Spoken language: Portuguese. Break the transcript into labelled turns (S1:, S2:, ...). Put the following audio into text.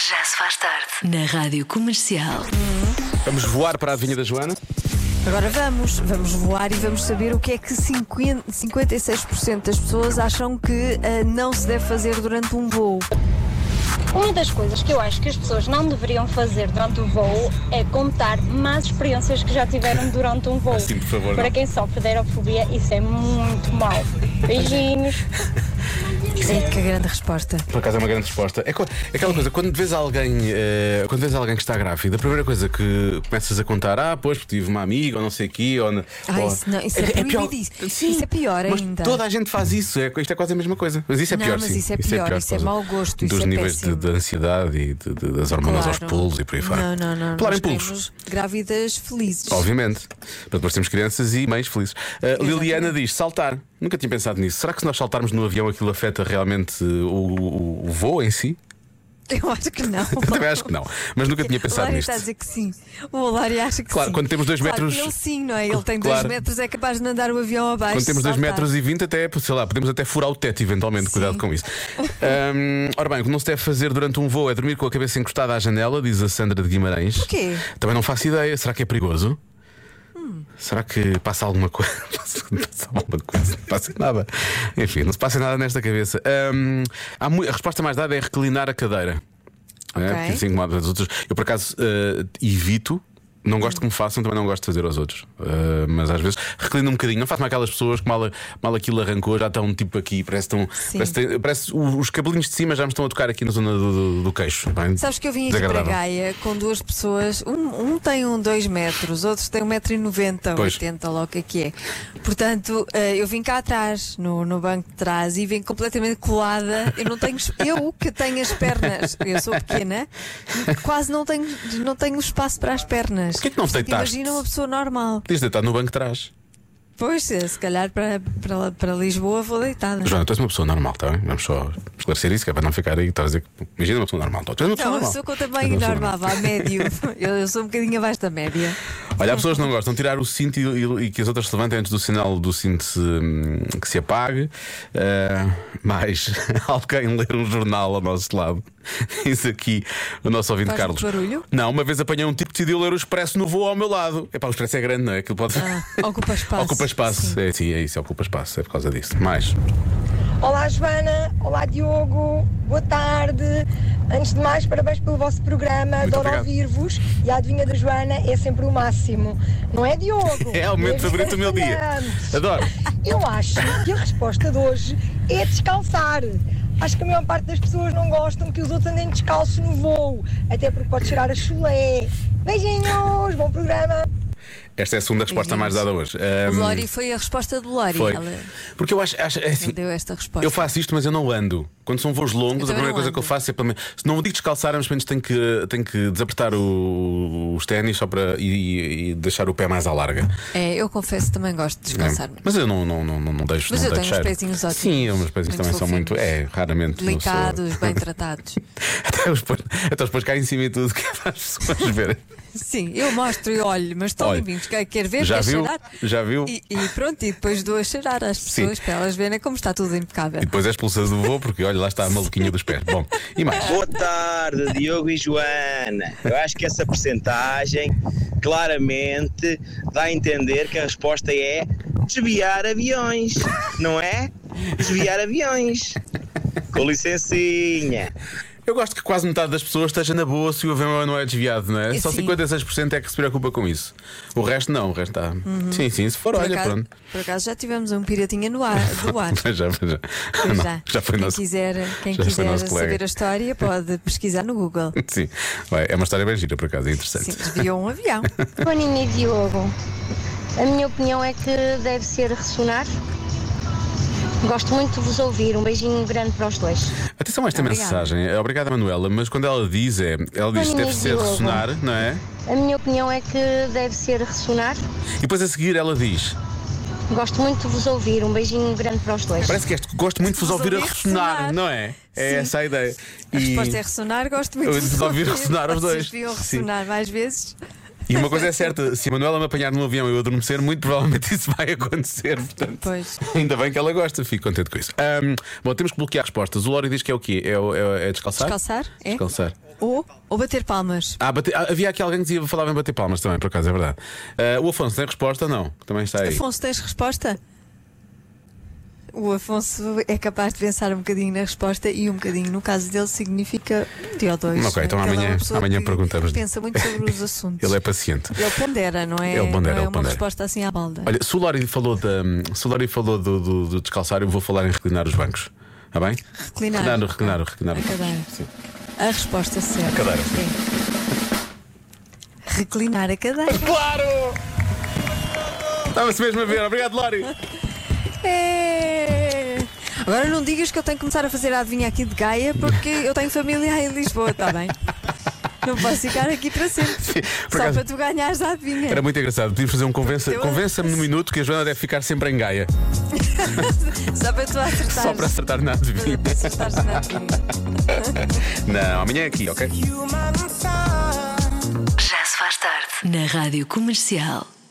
S1: Já se faz tarde. Na Rádio Comercial.
S2: Vamos voar para a Vinha da Joana.
S3: Agora vamos, vamos voar e vamos saber o que é que 50, 56% das pessoas acham que ah, não se deve fazer durante um voo.
S4: Uma das coisas que eu acho que as pessoas não deveriam fazer durante o voo é contar más experiências que já tiveram durante um voo.
S2: Assim, por favor,
S4: Para
S2: não.
S4: quem sofre de aerofobia, isso é muito mau. Beijinhos.
S3: Sim, que grande resposta.
S2: Por acaso é uma grande resposta. É co- é aquela coisa, quando vês alguém, eh, quando vês alguém que está grávida, a primeira coisa que começas a contar, ah, pois, porque tive uma amiga, ou não sei o quê, ou. na-
S3: Ah,
S2: ou-
S3: isso não, isso é proibidíssimo.
S2: Sim,
S3: Isso é pior
S2: mas
S3: ainda.
S2: Toda a gente faz isso, é, isto é quase a mesma coisa. Mas isso é
S3: Não,
S2: pior,
S3: mas
S2: sim.
S3: isso é pior,
S2: por
S3: isso é
S2: causa
S3: mau gosto,
S2: Dos
S3: isso é
S2: níveis de,
S3: péssimo.
S2: de ansiedade e de- de- das hormonas aos
S3: Claro.
S2: pulos e por aí fora.
S3: Não, não, não.
S2: Falar
S3: nós
S2: em pulos.
S3: queremos Grávidas felizes.
S2: Obviamente. Mas depois temos crianças e mães felizes. Ah, Liliana diz: saltar. Nunca tinha pensado nisso. Será que se nós saltarmos no avião aquilo afeta realmente uh, o, o- o voo em si?
S3: Eu acho que não.
S2: Eu também acho que não. Mas nunca tinha
S3: o
S2: pensado
S3: Lari
S2: nisto.
S3: está a dizer que sim. O Lari acha que
S2: Claro,
S3: sim.
S2: quando temos dois
S3: Claro,
S2: metros-
S3: Ele sim, não é? Ele tem
S2: Claro.
S3: 2 metros, é capaz de andar o avião abaixo.
S2: Quando temos 2
S3: saltar.
S2: metros e 20, até, sei lá, podemos até furar o teto eventualmente, cuidado com isso. Hum, ora bem, o que não se deve fazer durante um voo é dormir com a cabeça encostada à janela, diz a Sandra de Guimarães.
S3: Porquê? Hum.
S2: Também não faço ideia. Será que é perigoso? Será que passa alguma coisa? passa alguma coisa, não passa nada. Enfim, não se passa nada nesta cabeça. Hum, há mu- a resposta mais dada é reclinar a cadeira. Não é?
S3: Ok.
S2: Porque isso incomoda os outros. Eu, por acaso, eh, evito. Não gosto que me façam, também não gosto de fazer aos outros. Eh, mas às vezes reclino um bocadinho. Não faço-me aquelas pessoas que mal, mal aquilo arrancou, já estão tipo aqui, parece, que estão,
S3: Sim.
S2: parece, que têm- parece que os cabelinhos de cima já me estão a tocar aqui na zona do, do- do queixo. não é?
S3: Sabes que eu vim aqui para
S2: Desagradável.
S3: Gaia com duas pessoas, um, um tem um 2 metros, outro tem 1,90m,
S2: Pois.
S3: 80 logo que é que é. Portanto, eh, eu vim cá atrás, no, no banco de trás, e vim completamente colada. Eu não tenho es- eu que tenho as pernas, eu sou pequena, quase não tenho, não tenho espaço para as pernas.
S2: Porquê que não
S3: Portanto,
S2: deitaste?
S3: Imagina uma pessoa normal.
S2: Podias deitar no banco de trás.
S3: Pois, eh, se calhar para, para, para Lisboa vou deitada.
S2: Joana, tu és uma pessoa normal, tá bem? Vamos só esclarecer isso, que é para não ficar aí. Estás a dizer que imagina uma pessoa normal. Então, tu és uma pessoa
S3: Não, eu
S2: normal. um
S3: sou com o
S2: Tu és
S3: tamanho
S2: uma pessoa
S3: normal, vá, médio. Eu, eu sou um bocadinho abaixo da média.
S2: Olha, há pessoas que não gostam de tirar o cinto e, e- e que as outras se levantem antes do sinal do cinto se, hum, que se apague. Ah, mas alguém ler um jornal ao nosso lado. Diz aqui o nosso ouvinte
S3: Faz muito
S2: Carlos.
S3: barulho?
S2: Não, uma vez apanhei um tipo que decidiu ler o expresso no voo ao meu lado. É pá, o expresso é grande, não é? Aquilo pode.
S3: Ah, ocupa espaço.
S2: Ocupa espaço. É, sim, é isso, ocupa espaço. É por causa disso. Mais.
S5: Olá Joana, olá Diogo, boa tarde. Antes de mais, parabéns pelo vosso programa,
S2: Muito
S5: adoro
S2: obrigado.
S5: ouvir-vos e a adivinha da Joana é sempre o máximo, não é Diogo?
S2: É o momento
S5: Mesmo
S2: favorito do meu
S4: assim,
S2: dia.
S4: é
S5: antes.
S2: Adoro.
S5: Eu acho que a resposta de hoje é descalçar. Acho que a maior parte das pessoas não gostam que os outros andem descalços no voo, até porque pode tirar a chulé. Beijinhos, bom programa.
S2: Esta é a segunda resposta mais
S3: Beijinhos.
S2: dada hoje.
S3: O
S2: Ahm,
S3: Lori foi a resposta do Lori.
S2: foi.
S3: Ela é.
S2: Porque eu acho. acho é assim,
S3: ele deu esta resposta.
S2: Eu faço isto, mas eu não ando. Quando são voos
S3: Então Eu
S2: longos, a
S3: também
S2: primeira
S3: não
S2: coisa
S3: ando.
S2: que eu faço é pelo menos. Se não digo descalçar, mas pelo menos tenho que, tenho que desapertar o- os ténis só para e- e, e deixar o pé mais à larga.
S3: É, eu confesso também gosto de descansar-me.
S2: É. Mas eu não, não, não, não, não deixo.
S3: Mas
S2: não deixo
S3: eu tenho uns
S2: cheiro.
S3: pezinhos ótimos.
S2: Sim, os meus pezinhos
S3: Muito
S2: também são
S3: fofinhos.
S2: muito. É, raramente. não sou-
S3: Delicados, bem tratados.
S2: Até os pôs- até os pôs cá em cima e tudo, que é para as pessoas verem.
S3: Sim, eu mostro e olho, mas estão
S2: Olha,
S3: limpinhos. Quer, quer ver?
S2: já
S3: quer
S2: viu?
S3: cheirar?
S2: Já viu?
S3: E, e pronto, e depois dou a cheirar às pessoas para elas verem como está tudo impecável.
S2: E depois é expulsado do voo, porque olha, lá está a maluquinha dos pés. Bom, e mais?
S6: Boa tarde, Diogo e Joana. Eu acho que essa percentagem claramente dá a entender que a resposta é desviar aviões, não é? Desviar aviões. Com licencinha.
S2: Eu gosto que quase metade das pessoas esteja na boa se o avião não é desviado, não é?
S3: Sim.
S2: Só 56% é que se preocupa com isso. O resto não, o resto está. Sim, sim, se for,
S3: Uhum. por,
S2: olha,
S3: acaso,
S2: pronto.
S3: por acaso já tivemos um piratinha no ar, do ar.
S2: Mas já, mas já.
S3: Pois
S2: Não,
S3: já.
S2: já foi
S3: quem
S2: nosso.
S3: quiser, quem
S2: já foi
S3: quiser
S2: nosso colega.
S3: saber a história pode pesquisar no Google.
S2: Sim, Vai, é uma história bem gira, por acaso, é interessante.
S3: Sim, desviou um avião.
S7: Boninho e Diogo, a minha opinião é que deve ser ressonar. Gosto muito de vos ouvir. Um beijinho grande para os dois.
S2: Atenção a esta
S3: Obrigada.
S2: mensagem. É, Obrigada, Manuela, mas quando ela diz, é, ela diz que deve ser
S7: Diogo.
S2: ressonar, não é?
S7: A minha opinião é que deve ser ressonar.
S2: E depois a seguir ela diz:
S7: Gosto muito de vos ouvir. Um beijinho grande para os dois.
S2: Parece que este, gosto muito de vos
S3: Vos
S2: ouvir a
S3: ouvir
S2: ressonar,
S3: ressonar.
S2: não é? É
S3: Sim.
S2: essa a ideia.
S3: A resposta é ressonar, gosto muito
S2: Eu de ouvir ressonar os dois.
S3: Vocês deviam
S2: Sim.
S3: ressonar mais vezes.
S2: E uma coisa é certa, se a Manuela me apanhar num avião e eu adormecer, muito provavelmente isso vai acontecer. Portanto,
S3: Pois.
S2: ainda bem que ela gosta, fico contente com isso. Ahm, bom, temos que bloquear respostas. O Lori diz que é o quê? É, o- é, o- é descalçar?
S3: Descalçar? É?
S2: Descalçar.
S3: Ou, ou bater palmas.
S2: Ah, bate- ah, havia aqui alguém que dizia, falava em bater palmas também, por acaso, é verdade. Ah, o Afonso tem resposta? Não, também está aí.
S3: Afonso, tens resposta? O Afonso é capaz de pensar um bocadinho na resposta e um bocadinho, no caso dele, significa um dia ou dois.
S2: Ok, então
S3: Ele é uma
S2: amanhã-
S3: pessoa
S2: amanhã
S3: que
S2: perguntamos.
S3: Pensa muito sobre os assuntos.
S2: Ele é paciente.
S3: Ele pondera, não é?
S2: Ele pondera,
S3: não é
S2: ele
S3: uma
S2: pondera.
S3: resposta assim à balda.
S2: Olha, se o Lori falou, da, se o Lori falou do, do- do descalçar, eu vou falar em reclinar os bancos. Está bem?
S3: Reclinar.
S2: Reclinar, reclinar, reclinar. os
S3: A cadeira.
S2: bancos. Sim.
S3: É A resposta certa.
S2: cadeira.
S3: é Reclinar a cadeira.
S2: Claro! Estava-se mesmo a ver. Obrigado, Lori.
S3: É. Agora não digas que eu tenho que começar a fazer a adivinha aqui de Gaia porque eu tenho família em Lisboa, está bem? Não posso ficar aqui para sempre.
S2: Sim, por
S3: Só
S2: acaso-
S3: para tu ganhares a adivinha.
S2: Era muito engraçado. Podíamos fazer um convença-
S3: Eu-
S2: convença-me no minuto que a Joana deve ficar sempre em Gaia.
S3: Só para tu acertares.
S2: Só para acertar na adivinha.
S3: Para acertares na adivinha.
S2: Não, amanhã é aqui, ok?
S1: Já se faz tarde na Rádio Comercial.